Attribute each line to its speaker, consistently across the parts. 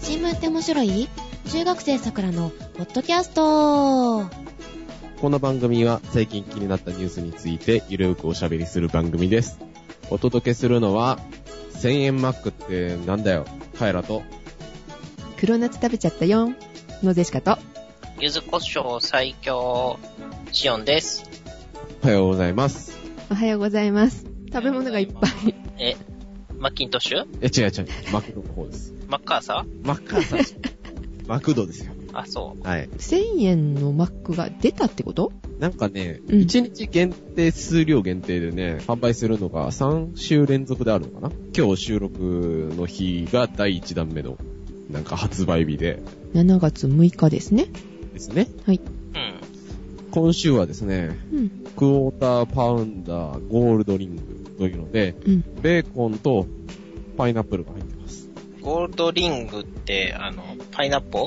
Speaker 1: 新聞って面白い中学生さくらのポッドキャスト
Speaker 2: この番組は最近気になったニュースについてゆるくおしゃべりする番組です。お届けするのは、1000円マックってなんだよ、カエラと。
Speaker 3: 黒夏食べちゃったよんのゼシカと
Speaker 4: ゆずこしょう最強、シオンです。
Speaker 2: おはようございます。
Speaker 3: おはようございます食べ物がいっぱい
Speaker 4: え、マッキントッシュ
Speaker 2: え、違う違う、マクドの方です。
Speaker 4: マッカーサー
Speaker 2: マッカーサ ー。マクドですよ。
Speaker 4: あ、そう。
Speaker 2: はい。
Speaker 3: 1000円のマックが出たってこと
Speaker 2: なんかね、
Speaker 3: うん
Speaker 2: 1日限定、数量限定でね、販売するのが3週連続であるのかな今日収録の日が第1弾目の、なんか発売日で
Speaker 3: 7月6日ですね
Speaker 2: ですね。
Speaker 4: うん。
Speaker 2: 今週はですね、
Speaker 3: うん
Speaker 2: クォーターパウンダーゴールドリングというので、
Speaker 3: うん
Speaker 2: ベーコンとパイナップルが入ってます。
Speaker 4: ゴールドリングって、あの、パイナップル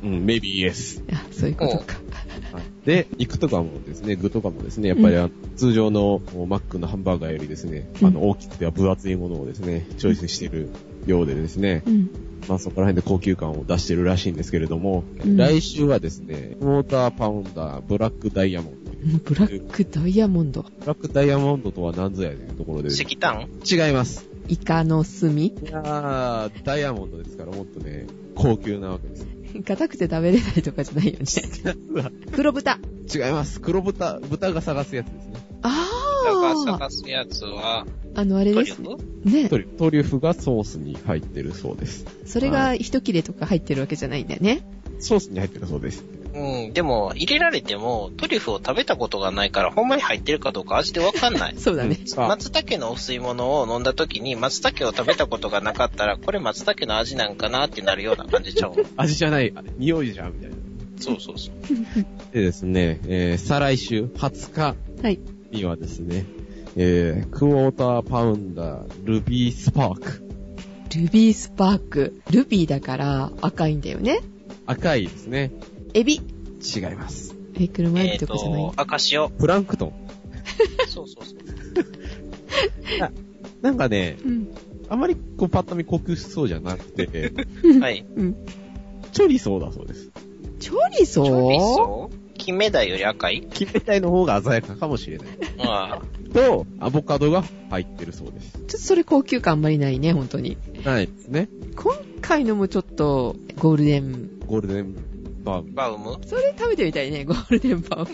Speaker 2: うん、メビーイエス。
Speaker 3: あそういうことか
Speaker 2: で、肉とかもですね、具とかもですね、やっぱりあの、通常のマックのハンバーガーよりですね、
Speaker 3: うん
Speaker 2: あの、大きくては分厚いものをですね、チョイスしているようでですね、
Speaker 3: うん
Speaker 2: まあそこら辺で高級感を出してるらしいんですけれども、
Speaker 3: うん
Speaker 2: 来週はですね、クォーターパウンダーブラックダイヤモンド。
Speaker 3: ブラックダイヤモンド
Speaker 2: ブラックダイヤモンドとは何ぞやというところで、
Speaker 4: 石炭
Speaker 2: 違います。
Speaker 3: イカの炭
Speaker 2: いやー、ダイヤモンドですから、もっとね、高級なわけです。
Speaker 3: 硬くて食べれないとかじゃないよね
Speaker 2: わ
Speaker 3: 黒豚
Speaker 2: 違います。黒豚、豚が探すやつですね。
Speaker 3: あ
Speaker 4: だが
Speaker 3: あ
Speaker 4: 探すやつは、
Speaker 3: あのあれ
Speaker 4: ト
Speaker 3: で
Speaker 4: リ
Speaker 3: すね
Speaker 4: ュフ
Speaker 3: ね
Speaker 2: トリュフトリュフがソースに入ってるそうです。
Speaker 3: それが一切れとか入ってるわけじゃないんだよね。
Speaker 2: ソースに入ってるそうです。
Speaker 4: うん、でも、入れられても、トリュフを食べたことがないから、ほんまに入ってるかどうか味でわかん ない
Speaker 3: そうだね
Speaker 2: うんあ
Speaker 4: 松茸のお吸い物を飲んだ時に、松茸を食べたことがなかったら、これ松茸の味なんかなってなるような感じちゃう。
Speaker 2: 味じゃない、あ匂いじゃん、みたいな。
Speaker 4: そうそうそう。
Speaker 2: でですね、えー、再来週20日
Speaker 3: はい
Speaker 2: にはですね、えー、クォーターパウンダー、ルビースパーク。
Speaker 3: ルビースパークルビーだから赤いんだよね
Speaker 2: 赤いですね。
Speaker 3: エビ
Speaker 2: 違います。
Speaker 3: え、車エ
Speaker 4: え
Speaker 3: ビ
Speaker 4: っ、
Speaker 3: とかじゃない、
Speaker 4: と、赤 潮。
Speaker 2: プランクトン。
Speaker 4: そうそうそう。
Speaker 2: なんかね、
Speaker 3: うん。
Speaker 2: あまりこうパッと見濃くしそうじゃなく て、
Speaker 4: はい。
Speaker 3: うん。
Speaker 2: チョリソーだそうです。
Speaker 3: チョリソー
Speaker 4: チョリソー金目鯛より赤い
Speaker 2: キメタイの方が鮮やかかもしれない。
Speaker 4: ああ。
Speaker 2: と、アボカドが入ってるそうです。
Speaker 3: ちょっとそれ高級感あんまりないね、本当に。
Speaker 2: ないですね。
Speaker 3: 今回のもちょっと、ゴールデン、
Speaker 2: ゴールデンバーグ。
Speaker 4: バウム
Speaker 3: それ食べてみたいね、ゴールデンパン。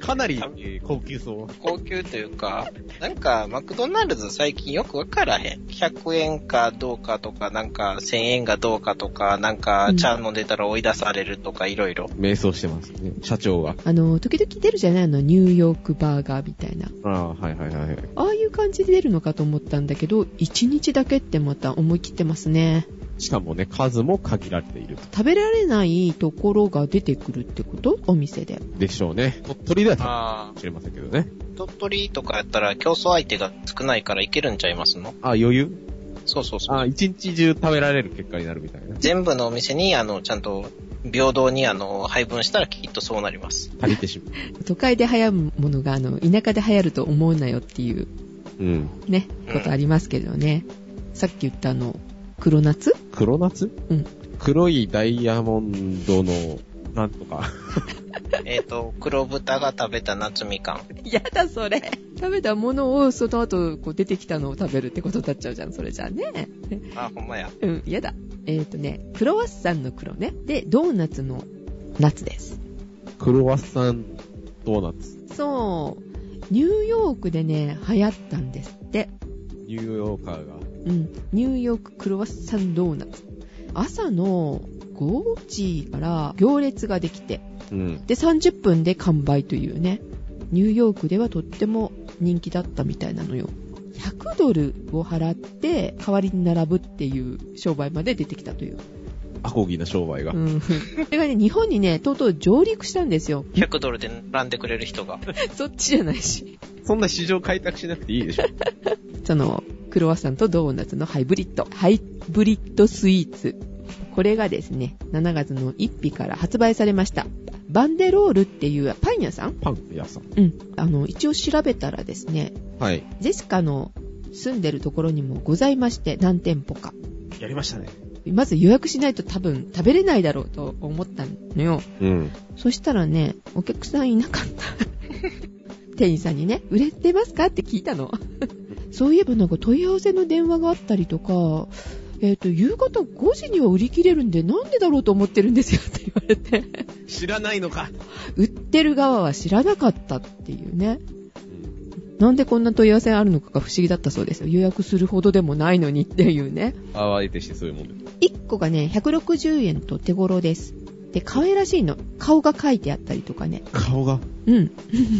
Speaker 2: かなりえー高級そう。
Speaker 4: 高級というか、なんか、マクドナルド最近よくわからへん。100円かどうかとか、なんか、1000円がどうかとか、なん
Speaker 3: う
Speaker 4: か
Speaker 3: ん、
Speaker 4: 茶飲んでたら追い出されるとか、いろいろ。
Speaker 2: 瞑想してますね。社長が。
Speaker 3: あの、時々出るじゃないあの、ニューヨークバーガーみたいな。
Speaker 2: ああ、はいはいはい。
Speaker 3: ああいう感じで出るのかと思ったんだけど、1日だけってまた思い切ってますね。
Speaker 2: しかもね、数も限られていると。
Speaker 3: 食べられないところが出てくるってことお店で。
Speaker 2: でしょうね。鳥取では多分か
Speaker 4: あ
Speaker 2: もしれませんけどね。
Speaker 4: あ。鳥取とかやったら競争相手が少ないからいけるんちゃいますの
Speaker 2: ああ、余裕
Speaker 4: そうそうそう。
Speaker 2: ああ、一日中食べられる結果になるみたいな。
Speaker 4: 全部のお店に、あの、ちゃんと、平等に、あの、配分したらきっとそうなります。
Speaker 2: 足りてしま
Speaker 3: 都会で流行るものが、あの、田舎で流行ると思うなよっていう
Speaker 2: う。うん。
Speaker 3: ね、
Speaker 4: うん
Speaker 3: ことありますけどね。さっき言ったあの、黒夏
Speaker 2: 黒夏
Speaker 3: うん。
Speaker 2: 黒いダイヤモンドの、なんとか。
Speaker 4: えっと、黒豚が食べた夏みかん。
Speaker 3: やだそれ。食べたものをその後、こう出てきたのを食べるってことになっちゃうじゃん、それじゃあね。
Speaker 4: あ、ほんまや。
Speaker 3: うん、やだ。えっ、とね、クロワッサンの黒ね。で、ドーナツの夏です。
Speaker 2: 黒ワッサンドーナツ。
Speaker 3: そう。ニューヨークでね、流行ったんですって。
Speaker 2: ニューヨーカーが。
Speaker 3: うん。ニューヨーククロワッサンドーナツ。朝の5時から行列ができて、
Speaker 2: うん。
Speaker 3: で30分で完売というねニューヨークではとっても人気だったみたいなのよ100ドルを払って代わりに並ぶっていう商売まで出てきたという、
Speaker 2: アコギな商売が。
Speaker 3: うん、それがね日本にねとうとう上陸したんですよ
Speaker 4: 100ドルで並んでくれる人が。
Speaker 3: そっちじゃないし
Speaker 2: そんな市場開拓しなくていいで しょ。
Speaker 3: そのクロワッサンとドーナツのハイブリッドハイブリッドスイーツこれがですね7月の1日から発売されましたバンデロールっていうパン屋さん
Speaker 2: パン屋さん。
Speaker 3: うんあの一応調べたらですね
Speaker 2: はい。
Speaker 3: ジェシカの住んでるところにもございまして、何店舗か。
Speaker 2: やりましたね。
Speaker 3: まず予約しないと多分食べれないだろうと思ったのよ。
Speaker 2: うん。
Speaker 3: そしたらね、お客さんいなかった。 店員さんにね、売れてますかって聞いたの。そういえばなんか問い合わせの電話があったりとか、えっ、と、夕方5時には売り切れるんで、なんでだろうと思ってるんですよって言われて、
Speaker 2: 知らないのか。
Speaker 3: 売ってる側は知らなかったっていうね。なんでこんな問い合わせあるのかが不思議だったそうですよ。予約するほどでもないのにっていうね。
Speaker 2: あわえてしてそういうもんです。
Speaker 3: 1個がね、160円と手頃です。で、可愛らしいの。顔が書いてあったりとかね。
Speaker 2: 顔が。
Speaker 3: うん。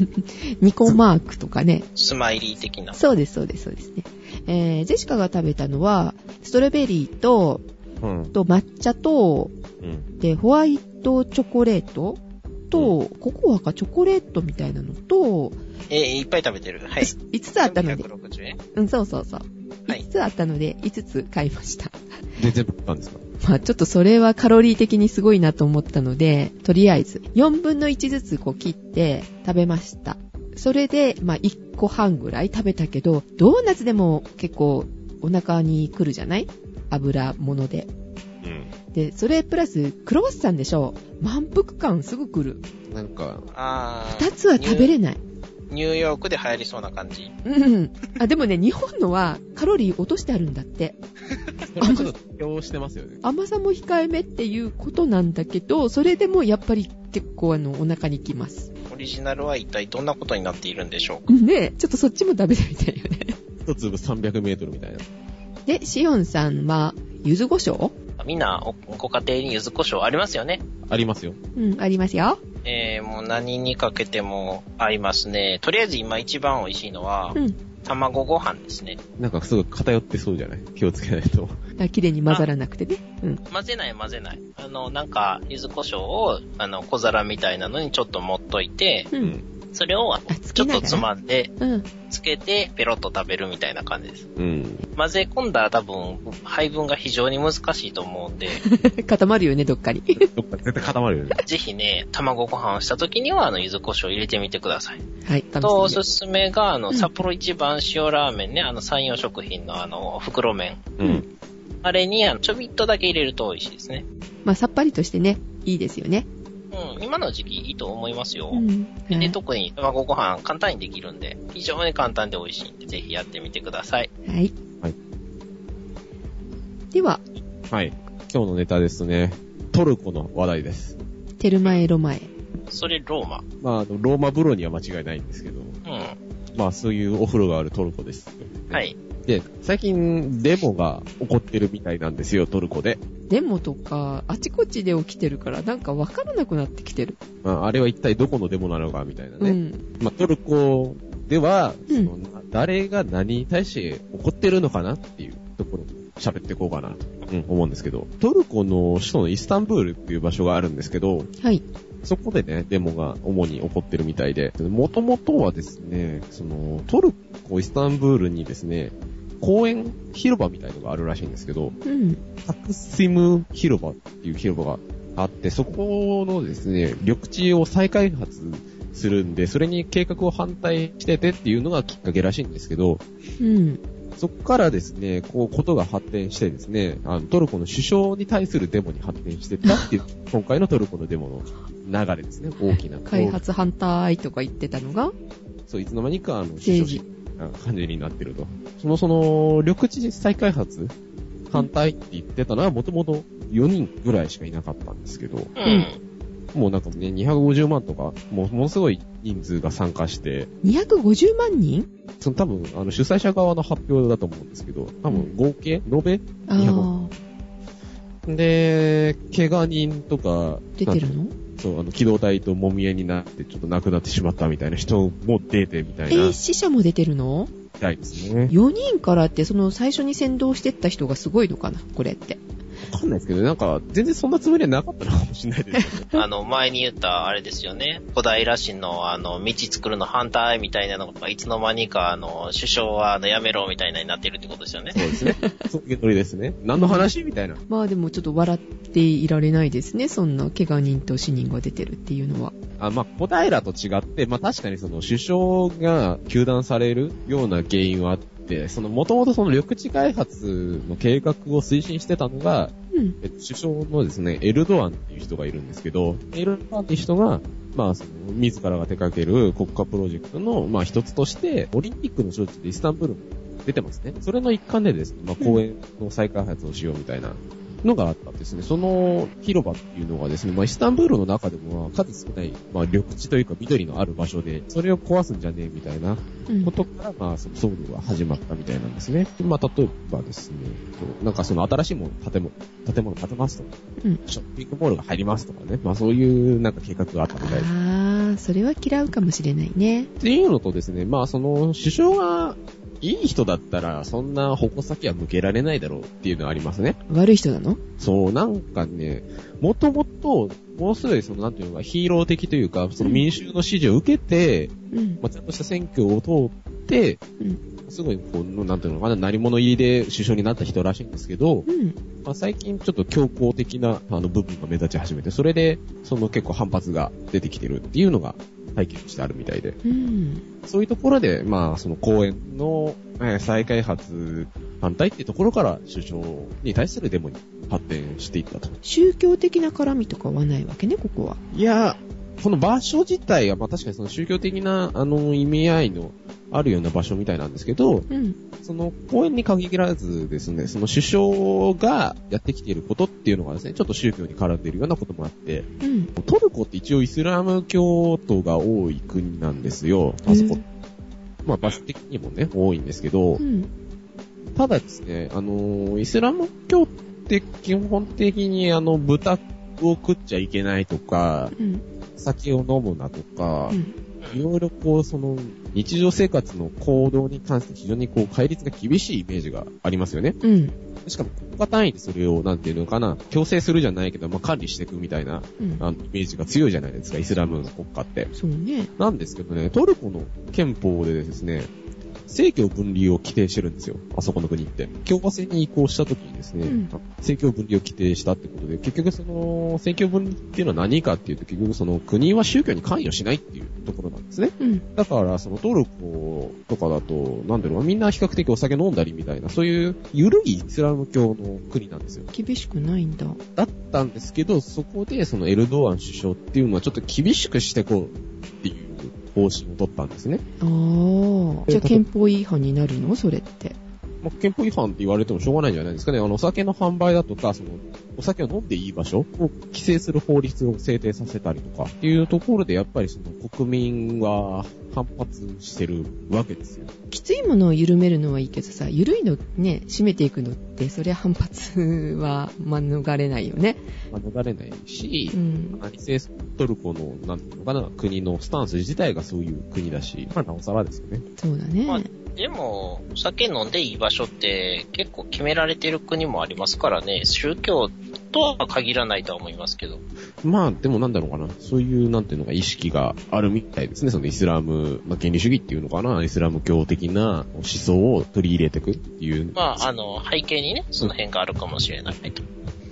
Speaker 3: ニコマークとかね。
Speaker 4: スマイリー的な。
Speaker 3: そうです、そうです、そうですね。えー、ジェシカが食べたのは、ストロベリーと、
Speaker 2: うん。
Speaker 3: と抹茶と、
Speaker 2: うん。
Speaker 3: で、ホワイトチョコレートと、ココアかチョコレートみたいなのと、
Speaker 4: えー、いっぱい食べてる。はい。
Speaker 3: 5つあったので、
Speaker 4: 160円。
Speaker 3: うん、そうそうそう。
Speaker 4: はい
Speaker 3: 5つあったので、5つ買いました。
Speaker 2: で、全部食ったんですか
Speaker 3: まあちょっとそれはカロリー的にすごいなと思ったので、とりあえず4分の1ずつこう切って食べました。それで、まあ1個半ぐらい食べたけど、ドーナツでも結構お腹に来るじゃない油物で。
Speaker 2: う
Speaker 3: で、それプラスクロワッサンでしょ満腹感すぐ来る。
Speaker 2: ん。なんか、
Speaker 4: あー。
Speaker 3: 2つは食べれない。
Speaker 4: ニューヨークで流行りそうな感じ。
Speaker 3: うん。あ、でもね、日本のはカロリー落としてあるんだって。
Speaker 2: これちょっと強してますよね。
Speaker 3: 甘さも控えめっていうことなんだけど、それでもやっぱり結構あの、お腹に来ます。
Speaker 4: オリジナルは一体どんなことになっているんでしょうか。
Speaker 3: ねちょっとそっちも食べてみたいよね。
Speaker 2: 一粒300メートルみたいな。
Speaker 3: で、シオンさんは、柚子胡椒
Speaker 4: みんなお、ご家庭に柚子胡椒ありますよね。
Speaker 2: ありますよ。
Speaker 3: うん、ありますよ。
Speaker 4: えー、もう何にかけても合いますね。とりあえず今一番美味しいのは
Speaker 3: う、ん。
Speaker 4: 卵ご飯ですね。
Speaker 2: なんかすぐ偏ってそうじゃない気をつけないと。
Speaker 3: あ綺麗に混ざらなくてね。うん。
Speaker 4: 混ぜない混ぜない。あの、なんか、柚子胡椒を、あの、小皿みたいなのにちょっと持っといて、
Speaker 3: う。。
Speaker 2: うん
Speaker 4: それを
Speaker 3: あ、つ
Speaker 4: ち
Speaker 3: け
Speaker 4: ょっ
Speaker 3: な
Speaker 4: と
Speaker 3: が
Speaker 4: つ
Speaker 3: ら。
Speaker 4: まんで、
Speaker 3: うん。
Speaker 4: つけて、ペロッと食べるみたいな感じです。
Speaker 2: うん。
Speaker 4: 混ぜ込んだら多分、配分が非常に難しいと 思うんで、
Speaker 3: 固まるよね、どっ かに。
Speaker 2: どっか絶対固まるよね。
Speaker 4: ぜひね、卵ご飯をした時には、あの、柚子胡椒を入れてみてください。
Speaker 3: はい、試してみ
Speaker 4: と、お
Speaker 3: よ
Speaker 4: すすめが、あ
Speaker 3: う
Speaker 4: の、
Speaker 3: ん
Speaker 4: 札幌一番塩ラーメンね、あの、山陽食品のあの、袋麺。
Speaker 2: う。
Speaker 3: うん
Speaker 4: あれに、あの、ちょびっとだけ入れると美味しいですね。
Speaker 3: うまあ、さっぱりとしてね、いいですよね。
Speaker 4: うん、今の時期いいと思いますよ。
Speaker 3: うん。は
Speaker 4: で、
Speaker 3: い。
Speaker 4: 特に卵ご飯簡単にできるんで、非常に簡単で美味しいんで、ぜひやってみてください。
Speaker 3: はい
Speaker 2: はい
Speaker 3: では、
Speaker 2: はい。今日のネタですね。トルコの話題です。
Speaker 3: テルマエロマエ。
Speaker 4: それローマ。
Speaker 2: まあ、あのローマ風呂には間違いないんですけど、
Speaker 4: うん。
Speaker 2: まあ、そういうお風呂があるトルコです。
Speaker 4: はい。
Speaker 2: で、最近、デモが起こってるみたいなんですよ、トルコで。
Speaker 3: デモとか、あちこちで起きてるから、なんかわからなくなってきてる。
Speaker 2: まあ、あれは一体どこのデモなのか、みたいな
Speaker 3: う
Speaker 2: ね。
Speaker 3: ん。
Speaker 2: まあ、トルコでは、
Speaker 3: う
Speaker 2: そ
Speaker 3: ん
Speaker 2: の誰が何に対して起こってるのかなっていうところを喋っていこうかなと、うん思うんですけど、トルコの首都のイスタンブールっていう場所があるんですけど、
Speaker 3: はい。
Speaker 2: そこでね、デモが主に起こってるみたいで、もともとはですね、その、トルコ、イスタンブールにですね、公園広場みたいのがあるらしいんですけど、
Speaker 3: うん。
Speaker 2: タクシム広場っていう広場があって、そこのですね、緑地を再開発するんで、それに計画を反対しててっていうのがきっかけらしいんですけど、
Speaker 3: うん。
Speaker 2: そこからですね、こう、ことが発展してですね、あの、トルコの首相に対するデモに発展してったっていう、今回のトルコのデモの流れですね、大きな。
Speaker 3: 開発反対とか言ってたのが、
Speaker 2: そう、いつの間にか、あの、
Speaker 3: 政
Speaker 2: 首
Speaker 3: 治
Speaker 2: 相。な感じになってると。その、その、緑地再開発反対って言ってたのは、もともと4人ぐらいしかいなかったんですけど、
Speaker 4: うん。
Speaker 2: もうなんかね、250万とか、もう、ものすごい人数が参加して、
Speaker 3: 250万人
Speaker 2: その多分、あの、主催者側の発表だと思うんですけど、多分、合計、延べ
Speaker 3: あー
Speaker 2: で、怪我人とか、
Speaker 3: 出てる
Speaker 2: なんか
Speaker 3: の
Speaker 2: そう、あの、機動隊ともみえになって、ちょっと亡くなってしまったみたいな人も出てみた
Speaker 3: え
Speaker 2: いな、
Speaker 3: ー、死者も出てるの
Speaker 2: みたいですね。
Speaker 3: ?4 人からって、その最初に先導してった人がすごいのかなこれって。
Speaker 2: わかんないですけど、なんか、全然そんなつもりはなかったのかもしれないですけど。
Speaker 4: あの、前に言った、あれですよね。古代羅市の、あの、道作るの反対みたいなのが、いつの間にか、あの、首相は、あの、やめろみたいなになってるってことですよね。
Speaker 2: そうですね。そういうノリですね。何の話みたいな。
Speaker 3: まあでもちょっと笑っていられないですね。そんな怪我人と死人が出てるっていうのは。
Speaker 2: あ、まあ、小平と違って、まあ、確かにその首相が休断されるような原因はあって、その、もともとその緑地開発の計画を推進してたのが、
Speaker 3: ううん。
Speaker 2: え首相のですね、エルドアンっていう人がいるんですけど、エルドアンっていう人が、まあ、その、自らが手掛ける国家プロジェクトの、まあ、一つとして、オリンピックの招致でイスタンブールに出てますね。それの一環でですね、まあ、公園の再開発をしようみたいなのがあったんですね。その広場っていうのがですね、まあ、イスタンブールの中でも、まあ数少ない、まあ、緑地というか緑のある場所で、それを壊すんじゃねえみたいな
Speaker 3: うん
Speaker 2: ことから、まあ、その騒動が始まったみたいなんですね。まあ、例えばですね、となんかその新しいもの建物、建物建てますとか、
Speaker 3: うん
Speaker 2: ショッピングモールが入りますとかね、まあそういうなんか計画があったみたいです。
Speaker 3: ああ、それは嫌うかもしれないね。
Speaker 2: っていうのとですね、まあその首相がいい人だったら、そんな矛先は向けられないだろうっていうのはありますね。
Speaker 3: 悪い人なの
Speaker 2: そう、なんかね、もともと、もうすぐその、なんていうのか、ヒーロー的というか、その民衆の支持を受けて、
Speaker 3: うん。
Speaker 2: まあ、ちゃんとした選挙を通って、すごい、こう、なんていうのかな、成り物入りで首相になった人らしいんですけど、
Speaker 3: うん。
Speaker 2: まあ、最近ちょっと強硬的な、あの、部分が目立ち始めて、それで、その結構反発が出てきてるっていうのが、背景としてあるみたいで。
Speaker 3: うん。
Speaker 2: そういうところで、まあ、その公園の、えー再開発反対っていうところから、首相に対するデモに発展していったと。
Speaker 3: 宗教的な絡みとかはないわけね、ここは。
Speaker 2: いや、この場所自体は、まあ確かにその宗教的な、あの、意味合いの、あるような場所みたいなんですけど、
Speaker 3: うん。
Speaker 2: その公園に限らずですね、その首相がやってきていることっていうのがですね、ちょっと宗教に絡んでいるようなこともあって、
Speaker 3: うん。
Speaker 2: トルコって一応イスラム教徒が多い国なんですよ、あそこ。まあ場所的にもね、多いんですけど
Speaker 3: う、ん。
Speaker 2: ただですね、あのーイスラム教って基本的にあの、豚を食っちゃいけないとか、
Speaker 3: うん。
Speaker 2: 酒を飲むなとか
Speaker 3: う、ん。
Speaker 2: いろいろこう、その、日常生活の行動に関して非常にこう、戒律が厳しいイメージがありますよね。
Speaker 3: うん。
Speaker 2: しかも国家単位でそれを、なんていうのかな、強制するじゃないけど、まあ、管理していくみたいな、
Speaker 3: うん。
Speaker 2: あの、イメージが強いじゃないですか、イスラムの国家って。
Speaker 3: そうね。
Speaker 2: なんですけどね、トルコの憲法でですね、政教分離を規定してるんですよ、あそこの国って。共和制に移行した時にですね、
Speaker 3: うん
Speaker 2: 政教分離を規定したってことで、結局その、政教分離っていうのは何かっていうと、結局その国は宗教に関与しないっていうところなんですね。
Speaker 3: うん。
Speaker 2: だから、そのトルコとかだと、なんだろうな、みんな比較的お酒飲んだりみたいな、そういう緩いイスラム教の国なんですよ。
Speaker 3: 厳しくないんだ。
Speaker 2: だったんですけど、そこでそのエルドアン首相っていうのはちょっと厳しくしてこうっていう方針を取ったんですね。
Speaker 3: ああ。じゃあ憲法違反になるのそれって。
Speaker 2: まあ、憲法違反って言われてもしょうがないんじゃないですかね。あの、お酒の販売だとか、その、お酒を飲んでいい場所を規制する法律を制定させたりとかっていうところで、やっぱりその国民は反発してるわけですよ。
Speaker 3: きついものを緩めるのはいいけどさ、緩いのね、締めていくのって、そりゃ反発は免れないよね。
Speaker 2: まあ、逃れないし
Speaker 3: う、ん。
Speaker 2: 何せトルコの、なんていうのかな、国のスタンス自体がそういう国だし、まあ、なおさらですよね。
Speaker 3: そうだね。
Speaker 4: まあでも、お酒飲んでいい場所って結構決められてる国もありますからね、宗教とは限らないとは思いますけど。
Speaker 2: まあ、でもなんだろうかな、そういう、なんていうのか、意識があるみたいですね。そのイスラム、まあ、権利主義っていうのかな、イスラム教的な思想を取り入れていくっていう。
Speaker 4: まあ、あの、背景にね、その辺があるかもしれないと。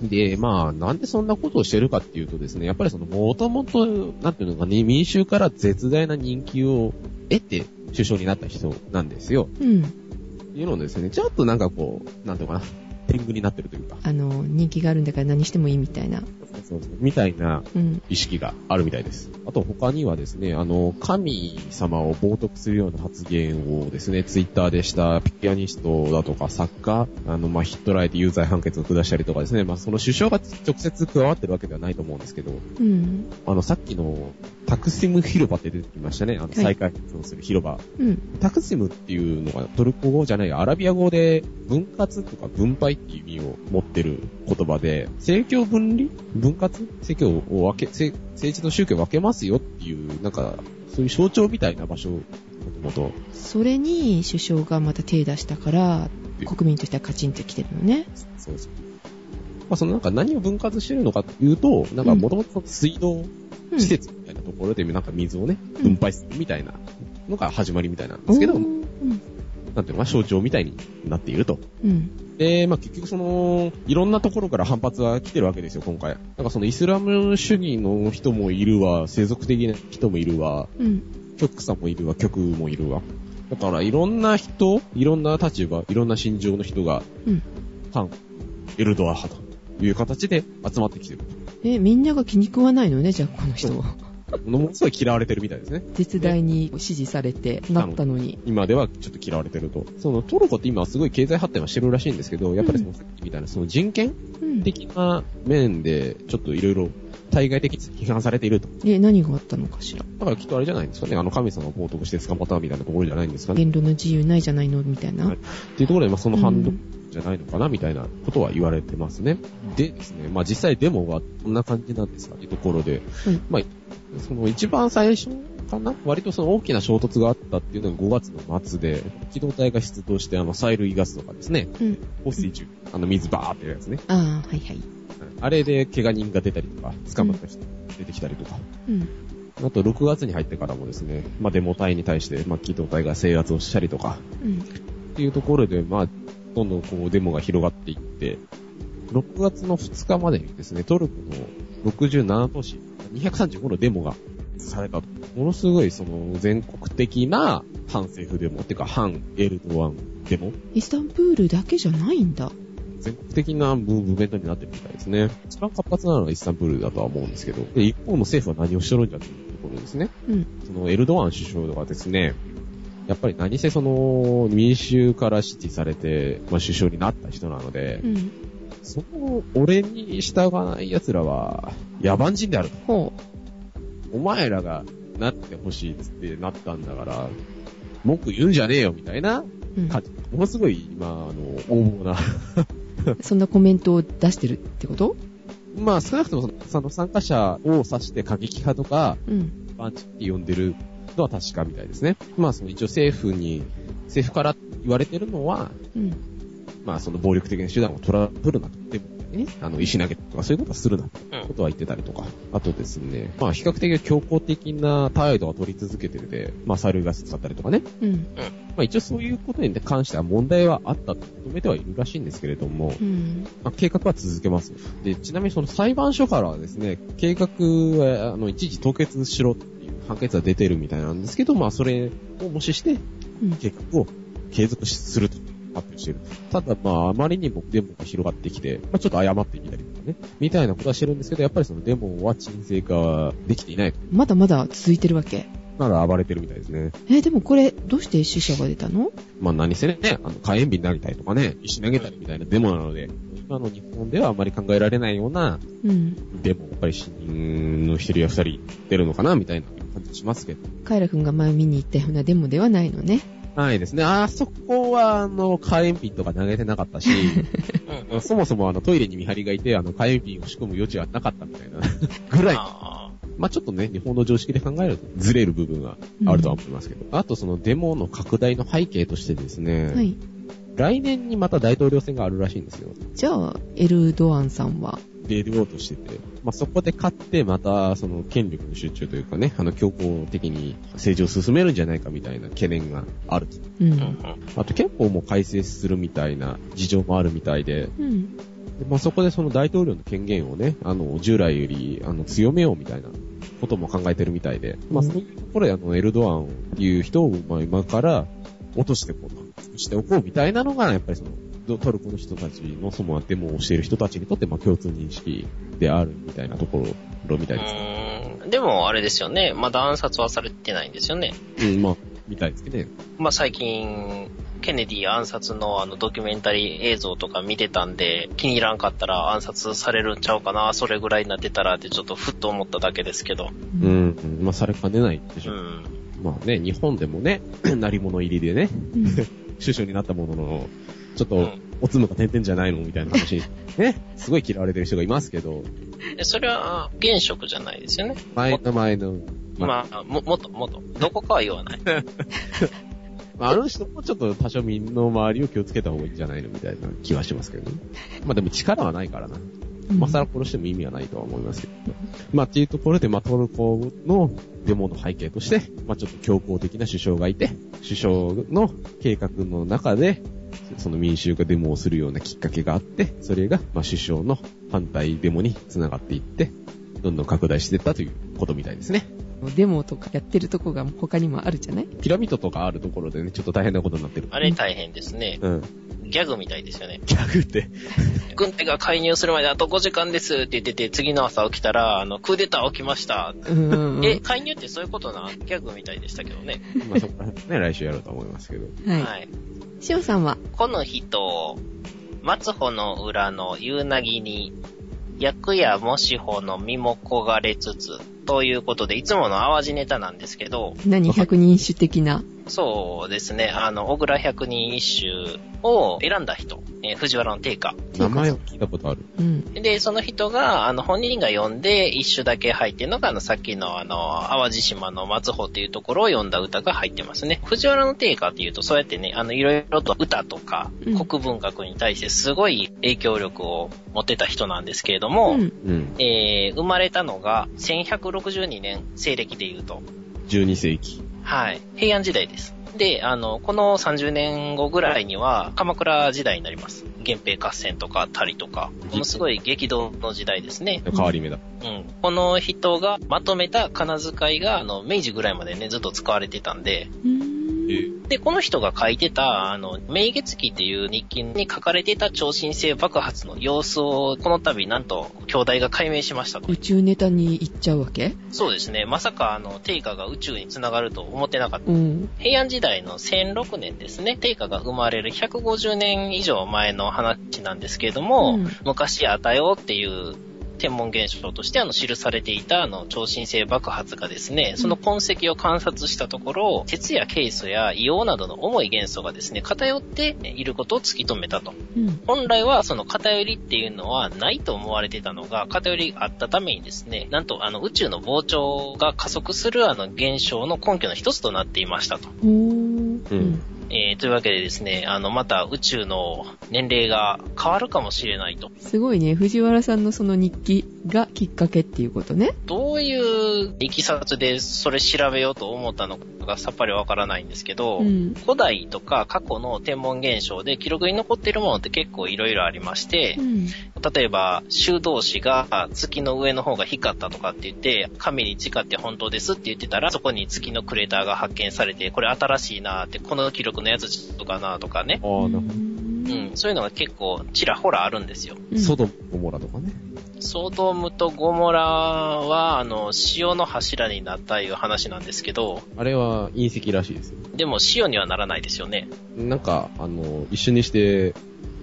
Speaker 2: で、まあ、なんでそんなことをしてるかっていうとですね、やっぱりその、もともと、なんていうのかね、民衆から絶大な人気を得て、首相になった人なんですよ。
Speaker 3: うん。
Speaker 2: っていうのをですね、ちょっとなんかこう、なんていうのかな、天狗になってるというか、
Speaker 3: あの、人気があるんだから何してもいいみたいな。
Speaker 2: そうですね、みたいな
Speaker 3: うん。
Speaker 2: 意識があるみたいです。あと他にはですね、あの、神様を冒涜するような発言をですね、ツイッターでしたピアニストだとか作家、あの、まあ、ヒットライで有罪判決を下したりとかですね、まあ、その首相が直接加わってるわけではないと思うんですけど、
Speaker 3: うん。
Speaker 2: あの、さっきのタクシム広場って出てきましたね、あの、再開発をする広場。
Speaker 3: うん。
Speaker 2: タクシムっていうのがトルコ語じゃない、アラビア語で分割とか分配っていう意味を持ってる言葉で、政教分離分割政教を分け、政政治と宗教を分けますよっていう、なんか、そういう象徴みたいな場所、もともと。
Speaker 3: それに首相がまた手出したから、国民としてはカチンってきてるのね。
Speaker 2: そうです。まあ、そのなんか何を分割してるのかっていうと、なんかもともと水道
Speaker 3: うん。
Speaker 2: 施設みたいなところでなんか水をね、
Speaker 3: う
Speaker 2: 分
Speaker 3: ん
Speaker 2: 配するみたいなのが始まりみたいなんですけど、
Speaker 3: う
Speaker 2: なん
Speaker 3: ん。
Speaker 2: ていうのか、象徴みたいになっていると。
Speaker 3: うん。
Speaker 2: で、まあ、結局その、いろんなところから反発は来てるわけですよ、今回。なんかそのイスラム主義の人もいるわ、世俗的な人もいるわ、
Speaker 3: うん。
Speaker 2: 極左もいるわ、極右もいるわ。だからいろんな人、いろんな立場、いろんな心情の人が、
Speaker 3: うん
Speaker 2: 反、エルドア派と。いう形で集まってきてる。
Speaker 3: え、みんなが気に食わないのね、じゃあこの人は。
Speaker 2: ものすごい嫌われてるみたいですね。
Speaker 3: 絶大に支持されてなったのに。
Speaker 2: 今ではちょっと嫌われてると。そのトルコって今すごい経済発展はしてるらしいんですけど、やっぱりそのさっきみたいなその人権
Speaker 3: うん。
Speaker 2: 的な面でちょっといろいろ対外的に批判されていると。
Speaker 3: え、何があったのかしら。
Speaker 2: だからきっとあれじゃないんですかね。あの神様を冒涜して捕まったみたいなところじゃないんですかね。
Speaker 3: 言論の自由ないじゃないのみたいな。
Speaker 2: はいっていうところで、まあ、その反
Speaker 3: う
Speaker 2: 動じゃないのかなみたいなことは言われてますね。でですね、まあ、実際デモがどんな感じなんですかっていうところで、
Speaker 3: うん
Speaker 2: まあ、その一番最初かな割とその大きな衝突があったっていうのが5月の末で、機動隊が出動して、あの、催涙ガスとかですね、
Speaker 3: うん。
Speaker 2: 放水中、あの、水バーってやるやつね。
Speaker 3: ああ、はいはい。
Speaker 2: あれで怪我人が出たりとか、捕まった人出てきたりとか。
Speaker 3: うん。
Speaker 2: あと、6月に入ってからもですね、まあ、デモ隊に対して、まあ、機動隊が制圧をしたりとか、
Speaker 3: うん。
Speaker 2: っていうところで、まあ、どんどんこうデモが広がっていって、6月の2日までにですね、トルコの67都市、235のデモがされた。ものすごいその全国的な反政府デモ、っていうか反エルドアンデモ、
Speaker 3: イスタンプールだけじゃないんだ。
Speaker 2: 全国的なムーブメントになってるみたいですね。一番活発なのがイスタンブールだとは思うんですけど、で一方の政府は何をしとるんだというところですね。
Speaker 3: うん
Speaker 2: そのエルドアン首相がですね、やっぱり何せその民衆から支持されて、まあ、首相になった人なので、
Speaker 3: うん。
Speaker 2: その俺に従わない奴らは野蛮人であると。
Speaker 3: ほ
Speaker 2: お前らがなってほしいっつってなったんだから、文句言うんじゃねえよみたいな
Speaker 3: う。うん。
Speaker 2: 感じ。ものすごい今、あの、横暴な
Speaker 3: そんなコメントを出してるってこと
Speaker 2: まあ少なくともその参加者を指して過激派とか、
Speaker 3: うん。
Speaker 2: バンチって呼んでるのは確かみたいですね。まあその一応政府に、政府から言われてるのは、
Speaker 3: うん。
Speaker 2: まあその暴力的な手段を取ら、取るなと。でもね、あの、石投げとかそういうことはするな、
Speaker 4: うん
Speaker 2: ことは言ってたりとか。あとですね、まあ比較的強硬的な態度は取り続けてるで、まあサルガス使ったりとかね。
Speaker 3: うん。
Speaker 2: まあ一応そういうことに関しては問題はあったと認めてはいるらしいんですけれども、
Speaker 3: うん。
Speaker 2: まあ、計画は続けます。で、ちなみにその裁判所からはですね、計画は、あの、一時凍結しろっていう判決は出てるみたいなんですけど、まあ、それを無視して、
Speaker 3: うん。
Speaker 2: 計画を継続しすると発表してる。ただ、まあ、あまりにもデモが広がってきて、まあ、ちょっと謝ってみたりとかね、みたいなことはしてるんですけど、やっぱりそのデモは沈静化はできていないと。
Speaker 3: まだまだ続いてるわけ。
Speaker 2: まだ暴れてるみたいですね。
Speaker 3: え、でもこれ、どうして死者が出たの
Speaker 2: まあ、何せね、あの、火炎瓶投げたりとかね、石投げたりみたいなデモなので、今の日本ではあまり考えられないような
Speaker 3: うん。
Speaker 2: でも、やっぱり死人の一人や二人出るのかなみたいな感じしますけど。
Speaker 3: カイラくんが前見に行ったようなデモではないのね。
Speaker 2: はいですね。あそこは、あの、火炎瓶とか投げてなかったし、
Speaker 4: うんう ん。
Speaker 2: そもそもあのトイレに見張りがいて、あの、火炎瓶を仕込む余地はなかったみたいなぐらい。
Speaker 4: あ
Speaker 2: まあちょっとね、日本の常識で考えるとずれる部分があるとは思いますけど。あとそのデモの拡大の背景としてですね、
Speaker 3: はい。
Speaker 2: 来年にまた大統領選があるらしいんですよ。
Speaker 3: じゃあ、エルドアンさんは、
Speaker 2: 出ようとしてて、まあ、そこで勝って、また、その、権力の集中というかね、あの、強硬的に政治を進めるんじゃないかみたいな懸念があると。
Speaker 3: う
Speaker 4: ーうん
Speaker 3: ん。
Speaker 2: あと、憲法も改正するみたいな事情もあるみたいで、
Speaker 3: うん。
Speaker 2: でまあ、そこでその大統領の権限をね、あの、従来より、あの、強めようみたいなことも考えてるみたいで、まあ、そういうところで、あの、エルドアンっていう人を、まあ、今から落としてこうと、しておこうみたいなのが、やっぱりその、どトルコの人たちの、その、デモをしている人たちにとって、まあ、共通認識であるみたいなところ、みたいです。
Speaker 4: うん。うーんでも、あれですよね。まだ暗殺はされてないんですよね。
Speaker 2: うん、まあ、みたいですけどね。
Speaker 4: まあ、最近、ケネディ暗殺のあのドキュメンタリー映像とか見てたんで、気に入らんかったら暗殺されるんちゃうかな、それぐらいになってたらってちょっとふっと思っただけですけど。
Speaker 2: うん、うんまあ、されかねないでし
Speaker 4: う
Speaker 2: ょう。
Speaker 4: ん。
Speaker 2: まあね、日本でもね、 なり物入りでね、
Speaker 3: うん
Speaker 2: 首相になったものの、ちょっと、
Speaker 4: うん
Speaker 2: おつむが点々じゃないのみたいな 話。ね。すごい嫌われてる人がいますけど、
Speaker 4: えそれは、現職じゃないですよね。
Speaker 2: 前の前の、まあ、
Speaker 4: まあ、も、もっと、もっと。どこかは言わない。
Speaker 2: まあ、あの人もちょっと多少身の周りを気をつけた方がいいんじゃないのみたいな気はしますけどね。まあでも力はないからな。
Speaker 3: うん
Speaker 2: まあ、さら殺しても意味はないとは思いますけど。まあっていうところで、まあトルコのデモの背景として、まあちょっと強硬的な首相がいて、首相の計画の中で、その民衆がデモをするようなきっかけがあって、それが、まあ首相の反対デモにつながっていって、どんどん拡大していったということみたいですね。
Speaker 3: デモとかやってるとこが他にもあるじゃない
Speaker 2: ピラミッドとかあるところでね、ちょっと大変なことになってる。
Speaker 4: あれ大変ですね。
Speaker 2: うん。
Speaker 4: ギャグみたいですよね。
Speaker 2: ギャグって。
Speaker 4: 軍隊が介入するまであと5時間ですって言ってて、次の朝起きたら、あの、クーデター起きました。
Speaker 3: うんうんうん
Speaker 4: え、介入ってそういうことな、ギャグみたいでしたけどね。
Speaker 2: まあそこら辺ね、来週やろうと思いますけど。
Speaker 3: は
Speaker 4: はい。
Speaker 3: い。しおさんは、
Speaker 4: この人、松穂の裏の夕なぎに、役やもしほの身も焦がれつつ、ということで、いつもの淡路ネタなんですけど、
Speaker 3: 何百人一首的な。
Speaker 4: そうですね、あの、小倉百人一首を選んだ人、えー藤原の定家。
Speaker 2: 名前を聞いたことある。
Speaker 3: うん。
Speaker 4: で、その人が、あの、本人が読んで一首だけ入ってるのが、あの、さっきのあの、淡路島の松穂っていうところを読んだ歌が入ってますね。藤原の定家っていうと、そうやってね、あの、いろいろと歌とか
Speaker 3: うん、
Speaker 4: 国文学に対してすごい影響力を持ってた人なんですけれども、
Speaker 3: うん。
Speaker 2: うん。
Speaker 4: えー、生まれたのが1162年、西暦で言うと、
Speaker 2: 12世紀。
Speaker 4: はい、平安時代です。で、あの、この30年後ぐらいには、鎌倉時代になります。源平合戦とかあったりとか、ものすごい激動の時代ですね。
Speaker 2: 変わり目だ。
Speaker 4: うん。この人がまとめた金遣いが、あの、明治ぐらいまでね、ずっと使われてたんで、
Speaker 3: うーん
Speaker 4: で、この人が書いてた、あの、明月記っていう日記に書かれてた超新星爆発の様子を、この度、なんと、兄弟が解明しましたと
Speaker 3: 宇。宙ネタに行っちゃうわけ
Speaker 4: そうですね。まさか、あの、定価が宇宙につながると思ってなかった。
Speaker 3: うん。
Speaker 4: 平安時代の1006年ですね、定価が生まれる150年以上前の話なんですけれども、
Speaker 3: うん
Speaker 4: 昔あったよっていう天文現象としてあの記されていたあの超新星爆発がですね、その痕跡を観察したところ、鉄やケイ素や硫黄などの重い元素がですね、偏っていることを突き止めたと。
Speaker 3: うん。
Speaker 4: 本来はその偏りっていうのはないと思われてたのが、偏りがあったためにですね、なんとあの宇宙の膨張が加速するあの現象の根拠の一つとなっていましたと。
Speaker 3: おー。
Speaker 2: うん。
Speaker 4: えーというわけでですね、あのまた宇宙の年齢が変わるかもしれないと。
Speaker 3: すごいね。藤原さんのその日記がきっかけっていうことね。
Speaker 4: どういういきさつでそれ調べようと思ったのかがさっぱりわからないんですけど、
Speaker 3: うん。
Speaker 4: 古代とか過去の天文現象で記録に残っているものって結構いろいろありまして
Speaker 3: う、ん。
Speaker 4: 例えば修道士が月の上の方が光ったとかって言って、神に誓って本当ですって言ってたら、そこに月のクレーターが発見されて、これ新しいなーって、この記録のやつとかなーとかね。
Speaker 2: ああ、なるほ
Speaker 4: う、
Speaker 3: うん
Speaker 4: そういうのが結構ちらほらあるんですよ。
Speaker 2: ど。ソドム、ゴモラとかね。
Speaker 4: ソドムとゴモラは、あの、潮の柱になったいう話なんですけど、
Speaker 2: あれは隕石らしいですよ。
Speaker 4: でも潮にはならないですよね。
Speaker 2: なんか、あの、一緒にして、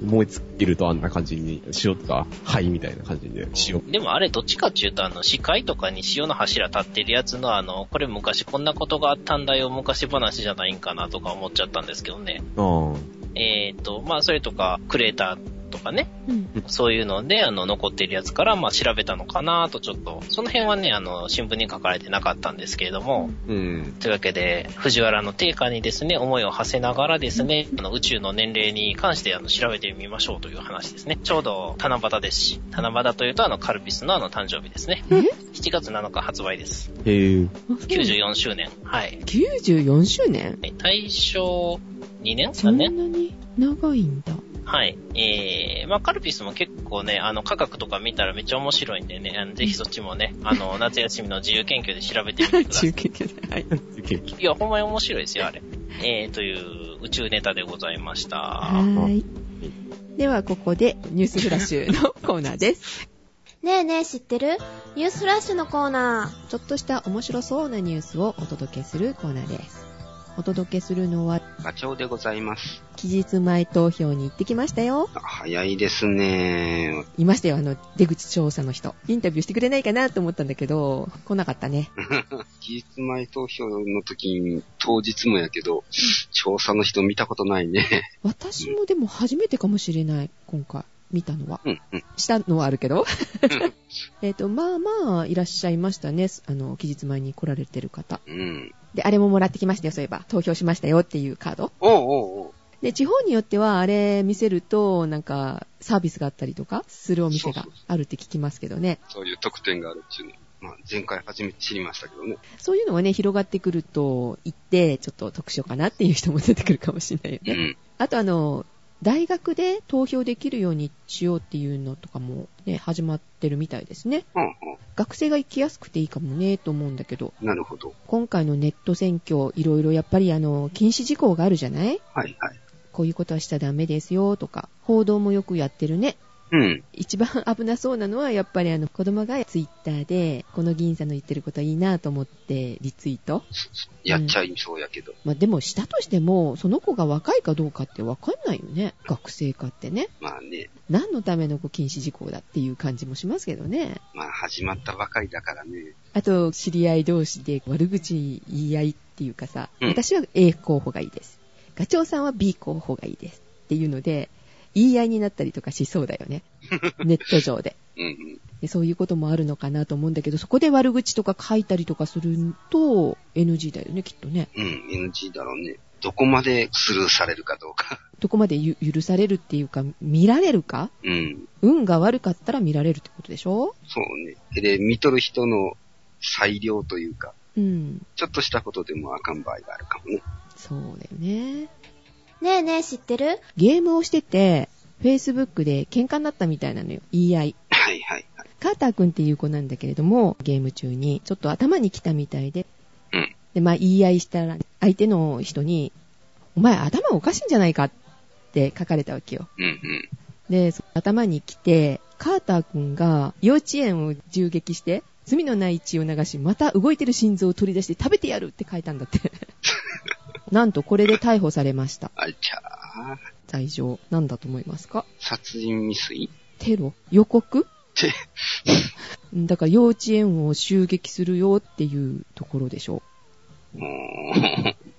Speaker 2: 燃え尽きるとあんな感じに、塩とか灰みたいな感じで、塩。
Speaker 4: でもあれどっちかっていうと、あの、視界とかに潮の柱立ってるやつの、あの、これ昔こんなことがあったんだよ、昔話じゃないんかなとか思っちゃったんですけどね。
Speaker 2: ああ。
Speaker 4: えっ、と、まあ、それとか、クレーターとかね、
Speaker 3: うん
Speaker 4: そういうので、あの、残ってるやつから、まあ、調べたのかなとちょっと、その辺はね、あの、新聞に書かれてなかったんですけれども、
Speaker 2: うん。
Speaker 4: というわけで、藤原の定価にですね、思いを馳せながらですね、あの宇宙の年齢に関してあの調べてみましょうという話ですね。ちょうど七夕ですし、七夕というとあのカルピスのあの誕生日ですね。
Speaker 3: え
Speaker 4: 7月7日発売です。
Speaker 2: へえ。
Speaker 4: 94周年。はい。
Speaker 3: 94周年
Speaker 4: え大正2年
Speaker 3: そ
Speaker 4: ?3
Speaker 3: んな
Speaker 4: 年
Speaker 3: に長いんだ。
Speaker 4: はい。えー、まあカルピスも結構ね、あの価格とか見たらめっちゃ面白いんでね、あのぜひそっちもね、あの夏休みの自由研究で調べてみてく ださい
Speaker 3: 中。継じゃない。
Speaker 2: ケーキ。
Speaker 4: いや、ほんまに面白いですよ、あれ。えー、という宇宙ネタでございました。
Speaker 3: はーい。では、ここで、ニュースフラッシュのコーナーです。
Speaker 1: ねえねえ知ってるニュースフラッシュのコーナ
Speaker 3: ちょっとした面白そうなニュースをお届けするコーナーです。お届けするのは、
Speaker 5: ガチョウでございます。
Speaker 3: 期日前投票に行ってきましたよ。
Speaker 5: あ早いですね。
Speaker 3: いましたよ、あの、出口調査の人。インタビューしてくれないかなと思ったんだけど、来なかったね。
Speaker 5: 期日前投票の時に、当日もやけど、調査の人見たことないね。
Speaker 3: 私もでも初めてかもしれない、今回。見たのは。
Speaker 5: うん、うん。
Speaker 3: したのはあるけど。 えっと、まあまあ、いらっしゃいましたね。あの、期日前に来られてる方。
Speaker 5: うん。
Speaker 3: で、あれももらってきましたよ、そういえば。投票しましたよっていうカード。
Speaker 5: おうおうおう。
Speaker 3: で、地方によっては、あれ見せると、なんか、サービスがあったりとか、するお店が
Speaker 5: そうそう
Speaker 3: あるって聞きますけどね。
Speaker 5: そういう特典があるっていうの。まあ、前回初めて知りましたけどね。
Speaker 3: そういうのがね、広がってくると、行って、ちょっと得しようかなっていう人も出てくるかもしれないよ
Speaker 5: う
Speaker 3: ね。
Speaker 5: ん。
Speaker 3: あとあの、大学で投票できるようにしようっていうのとかもね、始まってるみたいですね。
Speaker 5: うん、
Speaker 3: 学生が行きやすくていいかもね、と思うんだけど、
Speaker 5: うん。なるほど。
Speaker 3: 今回のネット選挙、いろいろやっぱりあの、禁止事項があるじゃない
Speaker 5: はい、はい。
Speaker 3: こういうことはしちゃダメですよとか、報道もよくやってるね。
Speaker 5: うん。
Speaker 3: 一番危なそうなのはやっぱりあの子供がツイッターでこの議員さんの言ってることはいいなと思ってリツイート。
Speaker 5: やっちゃいそうやけど。
Speaker 3: まあでもしたとしてもその子が若いかどうかってわかんないよね。学生かってね。
Speaker 5: まあね、
Speaker 3: 何のためのこう禁止事項だっていう感じもしますけどね。
Speaker 5: まあ始まったばかりだからね。
Speaker 3: あと知り合い同士で悪口言い合いっていうかさ、
Speaker 5: うん
Speaker 3: 私は A 候補がいいです。ガチョウさんは B 候補がいいです。っていうので言い合いになったりとかしそうだよ ね。ネット上で。
Speaker 5: うんうん。
Speaker 3: でそういうこともあるのかなと思うんだけど、そこで悪口とか書いたりとかすると NG だよね、きっとね。
Speaker 5: うん、NG だろうね。どこまでスルーされるかどうか。
Speaker 3: どこまでゆ許されるっていうか、見られるか
Speaker 5: うん。
Speaker 3: 運が悪かったら見られるってことでしょ
Speaker 5: そうね。で、見とる人の裁量というか、
Speaker 3: うん。
Speaker 5: ちょっとしたことでもあかん場合があるかもね。
Speaker 3: そうだよね。
Speaker 1: ねえねえ、知ってる
Speaker 3: ゲームをしてて、Facebook で喧嘩になったみたいなのよ。言い合い。
Speaker 5: はいはいはい。
Speaker 3: カーター君っていう子なんだけれども、ゲーム中にちょっと頭に来たみたいで。
Speaker 5: うん
Speaker 3: で、まあ言い合いしたら、相手の人に、お前頭おかしいんじゃないかって書かれたわけよ。
Speaker 5: うんうん。
Speaker 3: で、その頭に来て、カーター君が幼稚園を銃撃して、罪のない血を流し、また動いてる心臓を取り出して食べてやるって書いたんだって。なんとこれで逮捕されました。
Speaker 5: あいちゃー。
Speaker 3: 罪状。なんだと思いますか
Speaker 5: 殺人未遂
Speaker 3: テロ予告
Speaker 5: て、
Speaker 3: うんだから幼稚園を襲撃するよっていうところでしょ
Speaker 5: も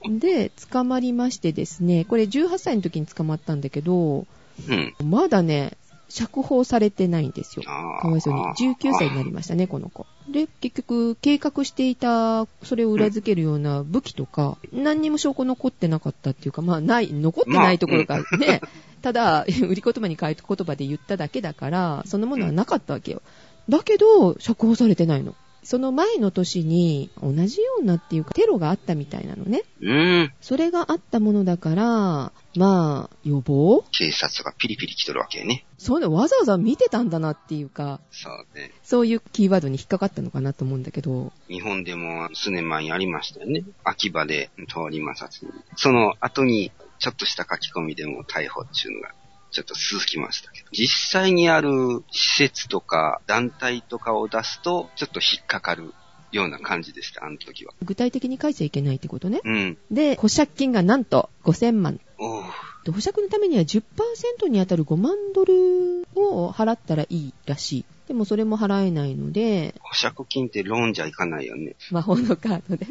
Speaker 5: う、
Speaker 3: う。で、捕まりましてですね、これ18歳の時に捕まったんだけど、
Speaker 5: うん。
Speaker 3: まだね、釈放されてないんですよ。
Speaker 5: あー
Speaker 3: かわいそうに。19歳になりましたね、この子。で、結局、計画していた、それを裏付けるような武器とか、何にも証拠残ってなかったっていうか、まあ、ない、残ってないところがね、 ただ、売り言葉に変えた言葉で言っただけだから、そのものはなかったわけよ。だけど、釈放されてないの。その前の年に、同じようなっていうか、テロがあったみたいなのね。
Speaker 5: うん。
Speaker 3: それがあったものだから、まあ、予防
Speaker 5: 警察がピリピリ来とるわけやね。
Speaker 3: そうね、わざわざ見てたんだなっていうか、
Speaker 5: そうね。
Speaker 3: そういうキーワードに引っかかったのかなと思うんだけど、
Speaker 5: 日本でも数年前にありましたよね。秋葉で通り摩擦に。その後に、ちょっとした書き込みでも逮捕っていうのが、ちょっと続きましたけど。実際にある施設とか団体とかを出すと、ちょっと引っかかるような感じでした、あの時は。
Speaker 3: 具体的に書いちゃいけないってことね。
Speaker 5: うん。
Speaker 3: で、保釈金がなんと5000万。
Speaker 5: おう
Speaker 3: で保釈のためには10%に当たる5万ドルを払ったらいいらしい。でもそれも払えないので、
Speaker 5: 保釈金ってローンじゃいかないよね。
Speaker 3: 魔法のカードで。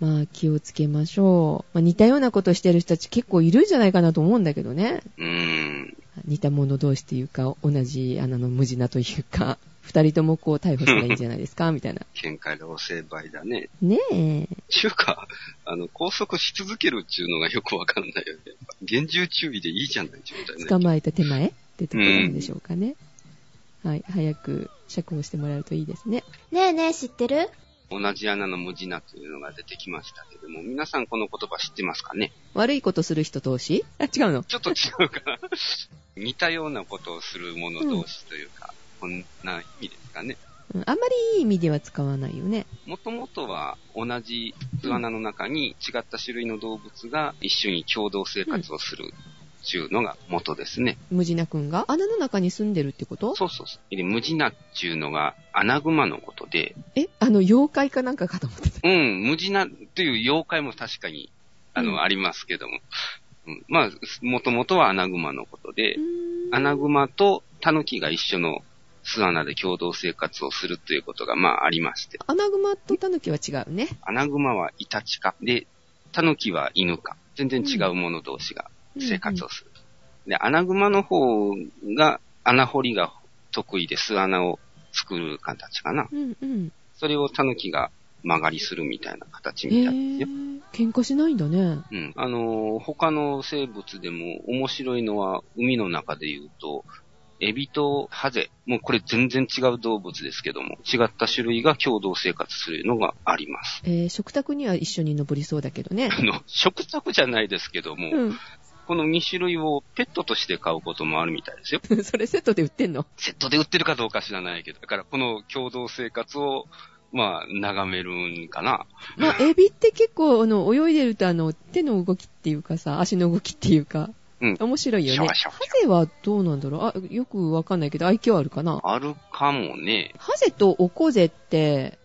Speaker 3: まあ気をつけましょう。まあ似たようなことしてる人たち結構いるんじゃないかなと思うんだけどね。
Speaker 5: うーん。
Speaker 3: 似た者同士というか、同じ穴の無地なというか、二人ともこう逮捕したらいいんじゃないですか、み たいな。
Speaker 5: 喧嘩老成倍だね。
Speaker 3: ねえ。
Speaker 5: ちゅうか、あの、拘束し続けるっていうのがよくわかんないよね。厳重注意でいいじゃない、みたいな。
Speaker 3: 捕まえた手前ってところなんでしょうかね。はい、早く釈放してもらうといいですね。
Speaker 1: ねえねえ、知ってる
Speaker 5: 同じ穴の文字なというのが出てきましたけども、皆さんこの言葉知ってますかね
Speaker 3: 悪いことする人同士あ、違うの
Speaker 5: ちょっと違うかな 似たようなことをする者同士というか、こんな意味ですかね。
Speaker 3: うんあんまりいい意味では使わないよね。
Speaker 5: もともとは同じ穴の中に違った種類の動物が一緒に共同生活をするっていうのが元ですね。
Speaker 3: ムジナ君が穴の中に住んでるってこと
Speaker 5: そうそうそう。で無地なっていうのがアナグマのことで、
Speaker 3: え、あの、妖怪かなんかかと思ってた。
Speaker 5: うん、無地なという妖怪も確かに、あの、
Speaker 3: うん
Speaker 5: ありますけども。うん、まあ、もともとはアナグマのことで、アナグマとタヌキが一緒の巣穴で共同生活をするということが、まあ、ありまして。
Speaker 3: アナグマとタヌキは違うね。
Speaker 5: アナグマはイタチか、で、タヌキは犬か。全然違うもの同士が生活をする。で、アナグマの方が穴掘りが得意で巣穴を作る形かな。
Speaker 3: うんうん。
Speaker 5: それをタヌキが曲がりするみたいな形
Speaker 3: へ
Speaker 5: みたいですよ。
Speaker 3: ー喧嘩しないんだね。
Speaker 5: うん。あのー他の生物でも面白いのは、海の中で言うと、エビとハゼ。もうこれ全然違う動物ですけども、違った種類が共同生活するのがあります。
Speaker 3: えー食卓には一緒に登りそうだけどね。
Speaker 5: あの、食卓じゃないですけども、
Speaker 3: う
Speaker 5: この2種類をペットとして買うこともあるみたいです よ。
Speaker 3: ん。それセットで売ってんの
Speaker 5: セットで売ってるかどうか知らないけど、だからこの共同生活をまあ、眺めるんかな。
Speaker 3: まあ、エビって結構、あの、泳いでると、あの、手の動きっていうかさ、足の動きっていうか、
Speaker 5: うん
Speaker 3: 面白い
Speaker 5: シャ
Speaker 3: よね
Speaker 5: ワ。シャワシャワ
Speaker 3: ハゼはどうなんだろうあ、よくわかんないけど、愛嬌あるかな
Speaker 5: あるかもね。
Speaker 3: ハゼとオコゼって、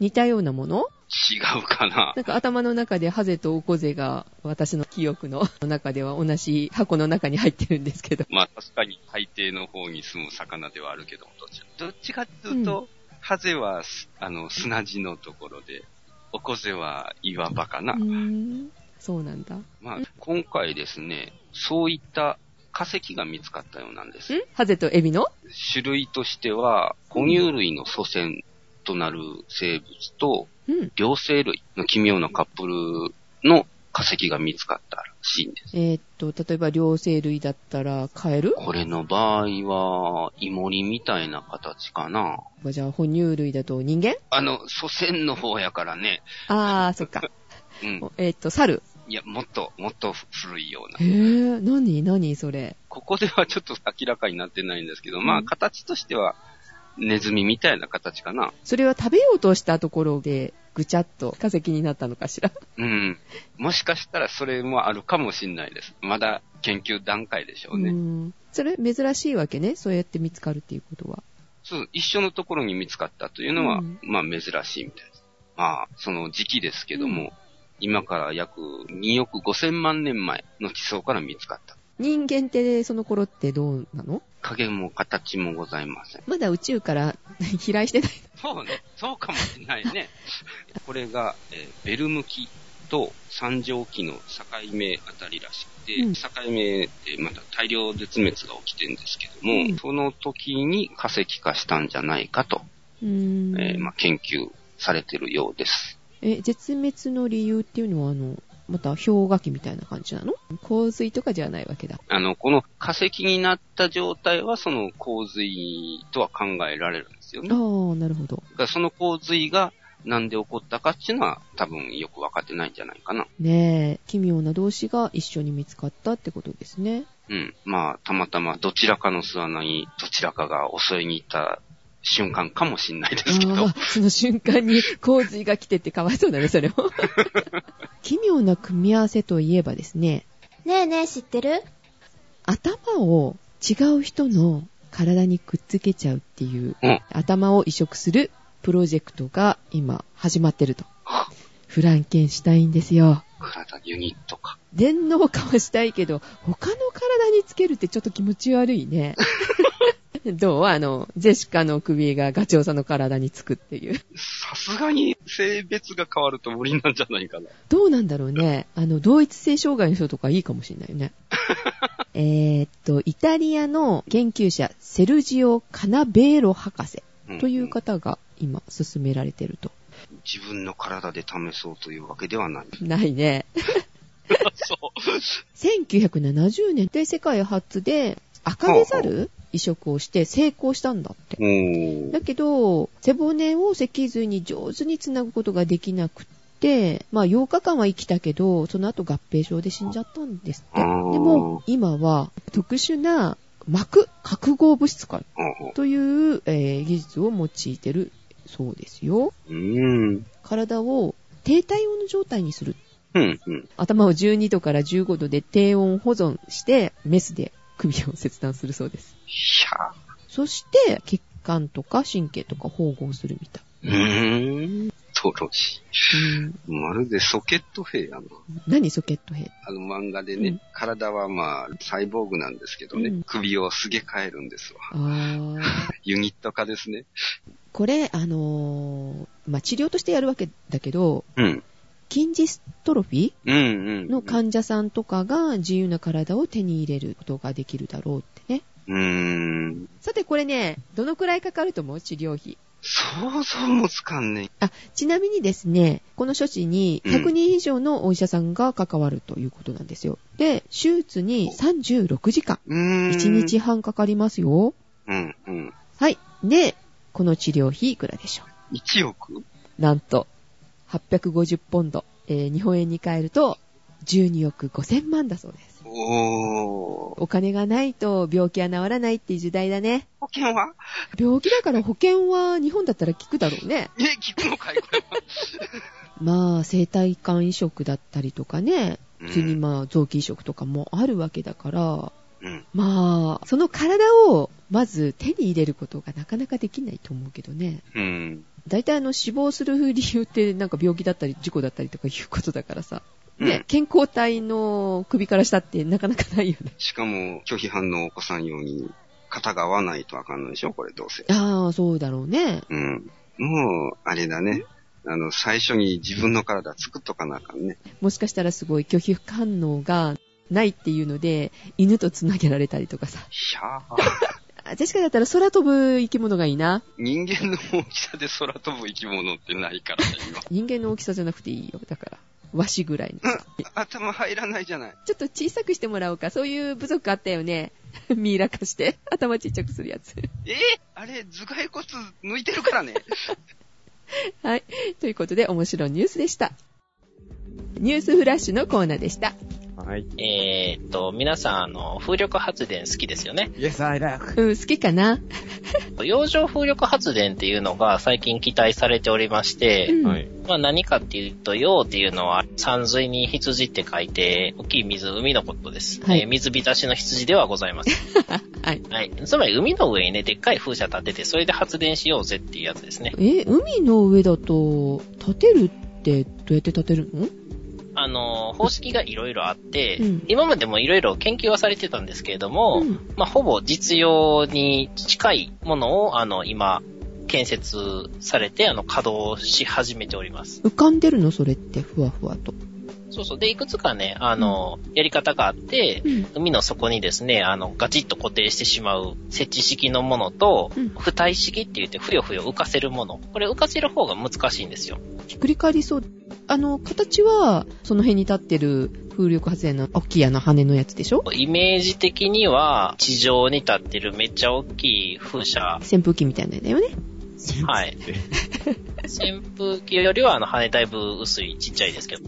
Speaker 3: 似たようなもの
Speaker 5: 違うかな。
Speaker 3: なんか頭の中でハゼとオコゼが私の記憶の 中では同じ箱の中に入ってるんですけど。
Speaker 5: まあ確かに海底の方に住む魚ではあるけど、どっちどっちかっていうと、ハゼはすあの砂地のところで、オコゼは岩場かな。
Speaker 3: うーん。そうなんだ。ん
Speaker 5: まあ今回ですね、そういった化石が見つかったようなんです。
Speaker 3: ハゼとエビの
Speaker 5: 種類としては、哺乳類の祖先となる生物と、
Speaker 3: うん。
Speaker 5: 両生類の奇妙なカップルの化石が見つかったらしいんです。
Speaker 3: えーっと、例えば両生類だったらカエル
Speaker 5: これの場合は、イモリみたいな形かな。
Speaker 3: じゃあ哺乳類だと人間
Speaker 5: あの、祖先の方やからね。
Speaker 3: あー、そっか。
Speaker 5: うん。
Speaker 3: おえーっと、猿。
Speaker 5: いや、もっと、もっと古いような
Speaker 3: へ。ぇー、なになにそれ。
Speaker 5: ここではちょっと明らかになってないんですけど、ま
Speaker 3: う
Speaker 5: あ、
Speaker 3: ん
Speaker 5: 形としては、ネズミみたいな形かな。
Speaker 3: それは食べようとしたところで、ぐちゃっと化石になったのかしら。
Speaker 5: うん。もしかしたらそれもあるかもしんないです。まだ研究段階でしょうね。
Speaker 3: ーん。それ珍しいわけね。そうやって見つかるっていうことは。
Speaker 5: そう、一緒のところに見つかったというのは、
Speaker 3: うん
Speaker 5: まあ珍しいみたいです。まあ、その時期ですけども、今から約2億5千万年前の地層から見つかった。
Speaker 3: 人間ってその頃ってどうなの
Speaker 5: 影も形もございません。
Speaker 3: まだ宇宙から飛来してない。
Speaker 5: そうね、そうかもしれないね。 これが、えーベルム紀と三条紀の境目あたりらしくて、
Speaker 3: うん
Speaker 5: 境目でまた大量絶滅が起きてるんですけども、
Speaker 3: うん
Speaker 5: その時に化石化したんじゃないかと、
Speaker 3: うーん。
Speaker 5: えーまあ、研究されてるようです。
Speaker 3: え、絶滅の理由っていうのは、あの、また氷河期みたいな感じなの洪水とかじゃないわけだ。
Speaker 5: あの、この化石になった状態はその洪水とは考えられるんですよね。
Speaker 3: あ
Speaker 5: だか
Speaker 3: あ、なるほど。
Speaker 5: らその洪水がなんで起こったかっていうのは多分よくわかってないんじゃないかな。
Speaker 3: ねえ、奇妙な動詞が一緒に見つかったってことですね。
Speaker 5: うん。まあ、たまたまどちらかの巣穴にどちらかが襲いに行った瞬間かもしんないですけ
Speaker 3: あ
Speaker 5: ど
Speaker 3: あ。その瞬間に洪水が来てってかわいそうだね、それも。 奇妙な組み合わせといえばですね、
Speaker 1: ねえねえ、知ってる
Speaker 3: 頭を違う人の体にくっつけちゃうっていう、
Speaker 5: うん
Speaker 3: 頭を移植するプロジェクトが今始まってると。フランケンシュタインですよ。
Speaker 5: 体ユニットか。
Speaker 3: 電脳化はしたいけど、他の体につけるってちょっと気持ち悪い ね。どうあの、ジェシカの首がガチョウさんの体につくっていう。
Speaker 5: さすがに性別が変わると無理なんじゃないかな。
Speaker 3: どうなんだろうね。あの、同一性障害の人とかいいかもしれないよ ね。えーっと、イタリアの研究者、セルジオ・カナベーロ博士
Speaker 5: ん
Speaker 3: という方が今進められてると。
Speaker 5: 自分の体で試そうというわけではない。
Speaker 3: ないね。
Speaker 5: そう。
Speaker 3: 1970年で世界初で赤毛ザ
Speaker 5: ほ
Speaker 3: ル移植をして成功したんだって。
Speaker 5: おー
Speaker 3: だけど、背骨を脊髄に上手につなぐことができなくって、まあ8日間は生きたけど、その後合併症で死んじゃったんですって。
Speaker 5: あ
Speaker 3: で
Speaker 5: ー
Speaker 3: も、今は特殊な膜、核合物質化
Speaker 5: ほうほ
Speaker 3: という、えー技術を用いてるそうですよ。
Speaker 5: ううん。
Speaker 3: 体を低体温の状態にする。
Speaker 5: うん、うん。
Speaker 3: 頭を12度から15度で低温保存して、メスで首を切断するそうです。
Speaker 5: ひゃ
Speaker 3: そして、血管とか神経とか縫合するみたい。
Speaker 5: うーん。とろし。
Speaker 3: うん
Speaker 5: まるでソケット兵やな。
Speaker 3: 何ソケット兵
Speaker 5: あの漫画でね、
Speaker 3: うん
Speaker 5: 体はまあ、サイボーグなんですけどね、
Speaker 3: うん
Speaker 5: 首をすげ替えるんですわ。
Speaker 3: ああ。
Speaker 5: ユニット化ですね。
Speaker 3: これ、あのーまあ、治療としてやるわけだけど、
Speaker 5: うん。
Speaker 3: 筋ジストロフィ
Speaker 5: うんうん。
Speaker 3: ーの患者さんとかが自由な体を手に入れることができるだろうってね。
Speaker 5: うーん。
Speaker 3: さてこれね、どのくらいかかると思う治療費。
Speaker 5: 想像もつかんね
Speaker 3: あ、ちなみにですね、この処置に
Speaker 5: うん
Speaker 3: 100人以上のお医者さんが関わるということなんですよ。で、手術に36時間、
Speaker 5: え。うーん。
Speaker 3: 1日。半かかりますよ。
Speaker 5: うんうん。
Speaker 3: はい。で、この治療費いくらでしょう
Speaker 5: 1億
Speaker 3: なんと、850ポンド、えー日本円に換えると、12億5000万だそうです。
Speaker 5: おー。
Speaker 3: お金がないと病気は治らないっていう時代だね。
Speaker 5: 保険は
Speaker 3: 病気だから保険は日本だったら効くだろうね。
Speaker 5: え、聞くのかいこれは。
Speaker 3: まあ、生体管移植だったりとかね、普通に
Speaker 5: うん
Speaker 3: まあ、臓器移植とかもあるわけだから、
Speaker 5: うん。
Speaker 3: まあ、その体をまず手に入れることがなかなかできないと思うけどね。
Speaker 5: うん。
Speaker 3: 大体あの死亡する理由ってなんか病気だったり事故だったりとかいうことだからさ。
Speaker 5: う
Speaker 3: ね
Speaker 5: ん、
Speaker 3: 健康体の首から下ってなかなかないよね。
Speaker 5: しかも、拒否反応を起こさんように、肩が合わないとあかんのでしょこれどうせ。
Speaker 3: ああ、そうだろうね。
Speaker 5: うん。もう、あれだね。あの、最初に自分の体作っとかなあかんね。
Speaker 3: もしかしたらすごい拒否反応がないっていうので、犬と繋げられたりとかさ。
Speaker 5: ひゃー。
Speaker 3: あジェシカだったら空飛ぶ生き物がいいな。
Speaker 5: 人間の大きさで空飛ぶ生き物ってないから、今。
Speaker 3: 人間の大きさじゃなくていいよ。だから。和紙ぐらいの。
Speaker 5: 頭入らないじゃない。
Speaker 3: ちょっと小さくしてもらおうか。そういう部族あったよね。 ミイラ化して。頭ちっちゃくするやつ。
Speaker 5: えーあれ、頭蓋骨抜いてるからね。
Speaker 3: はい。ということで、面白いニュースでした。ニュースフラッシュのコーナーでした。
Speaker 2: はい。
Speaker 4: えーっと、皆さん、あの、風力発電好きですよね。
Speaker 2: Yes, I like.
Speaker 3: うん、好きかな。
Speaker 4: 洋上風力発電っていうのが最近期待されておりまして、
Speaker 3: うん
Speaker 2: はい。
Speaker 4: まあ何かっていうと、洋っていうのは、山水に羊って書いて、大きい水、海のことです。
Speaker 3: はい
Speaker 4: えー水浸しの羊ではございません。
Speaker 3: はい。
Speaker 4: はい。つまり、海の上にね、でっかい風車立てて、それで発電しようぜっていうやつですね。
Speaker 3: え、海の上だと、建てるってどうやって建てるの
Speaker 4: あの、方式がいろいろあって、
Speaker 3: うん
Speaker 4: 今までもいろいろ研究はされてたんですけれども、
Speaker 3: うん
Speaker 4: まあ、ほぼ実用に近いものを、あの、今、建設されて、あの、稼働し始めております。
Speaker 3: 浮かんでるのそれって、ふわふわと。
Speaker 4: そうそう。で、いくつかね、あの、やり方があって、
Speaker 3: うん。
Speaker 4: 海の底にですね、あの、ガチッと固定してしまう設置式のものと、
Speaker 3: うん
Speaker 4: 浮体式って言って、ふよふよ浮かせるもの。これ浮かせる方が難しいんですよ。
Speaker 3: ひっくり返りそう。あの、形は、その辺に立ってる風力発電の大きいあの羽のやつでしょ
Speaker 4: イメージ的には、地上に立ってるめっちゃ大きい風車。
Speaker 3: 扇風機みたいなのだよね。
Speaker 4: はい。扇風機よりは、あの、羽だいぶ薄い、ちっちゃいですけど。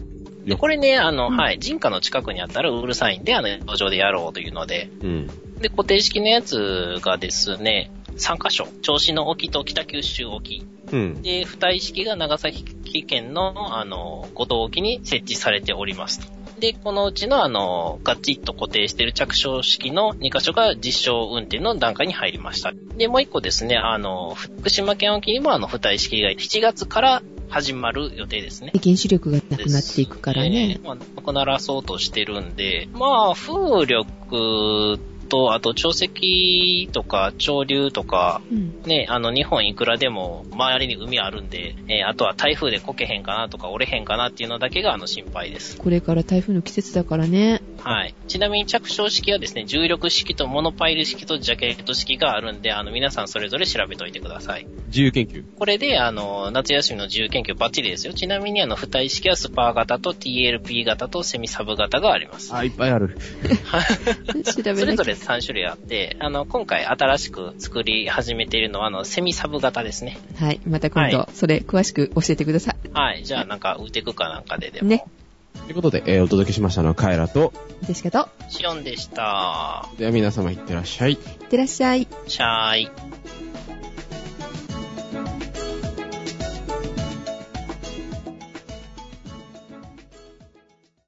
Speaker 4: でこれね、あの、
Speaker 3: うん
Speaker 4: はい、人家の近くにあったらうるさいんで、あの、路上でやろうというので、
Speaker 2: うん。
Speaker 4: で、固定式のやつがですね、3カ所、銚子の沖と北九州沖。
Speaker 2: うん。
Speaker 4: で、付帯式が長崎県の、あの、五島沖に設置されておりますと。で、このうちの、あの、ガチッと固定している着床式の2箇所が実証運転の段階に入りました。で、もう1個ですね、あの、福島県沖にも、あの、付帯式が7月から始まる予定ですね。
Speaker 3: 原子力がなくなっていくから
Speaker 4: え
Speaker 3: ね
Speaker 4: ー。まあ、なくならそうとしてるんで、まあ、風力と、あと、潮汐とか、潮流とか、
Speaker 3: うん。
Speaker 4: ね、あの、日本いくらでも、周りに海あるんで、えーあとは台風でこけへんかなとか、折れへんかなっていうのだけが、あの、心配です。
Speaker 3: これから台風の季節だからね。
Speaker 4: はい。ちなみに、着床式はですね、重力式とモノパイル式とジャケット式があるんで、あの、皆さんそれぞれ調べておいてください。
Speaker 2: 自由研究。
Speaker 4: これで、あの、夏休みの自由研究バッチリですよ。ちなみに、あの、付帯式はスパー型と TLP 型とセミサブ型があります。
Speaker 2: あ、いっぱいある。
Speaker 3: 調べな
Speaker 4: それ
Speaker 3: き
Speaker 4: ぞ
Speaker 3: ゃ。
Speaker 4: れ3種類あって、あの、今回新しく作り始めているのは、あの、セミサブ型ですね。
Speaker 3: はい。また今度
Speaker 4: は、
Speaker 3: それ詳しく教えてくださ
Speaker 4: はい。じゃあ、なんか、ウテクかなんかでで
Speaker 3: い。
Speaker 4: も。
Speaker 3: ね。
Speaker 2: ということで、えーお届けしましたのはカエラと、
Speaker 3: ジェシカと、
Speaker 4: シオンでした。
Speaker 2: では皆様いってらっしゃい。
Speaker 3: いってらっしゃい。
Speaker 4: シャーイ。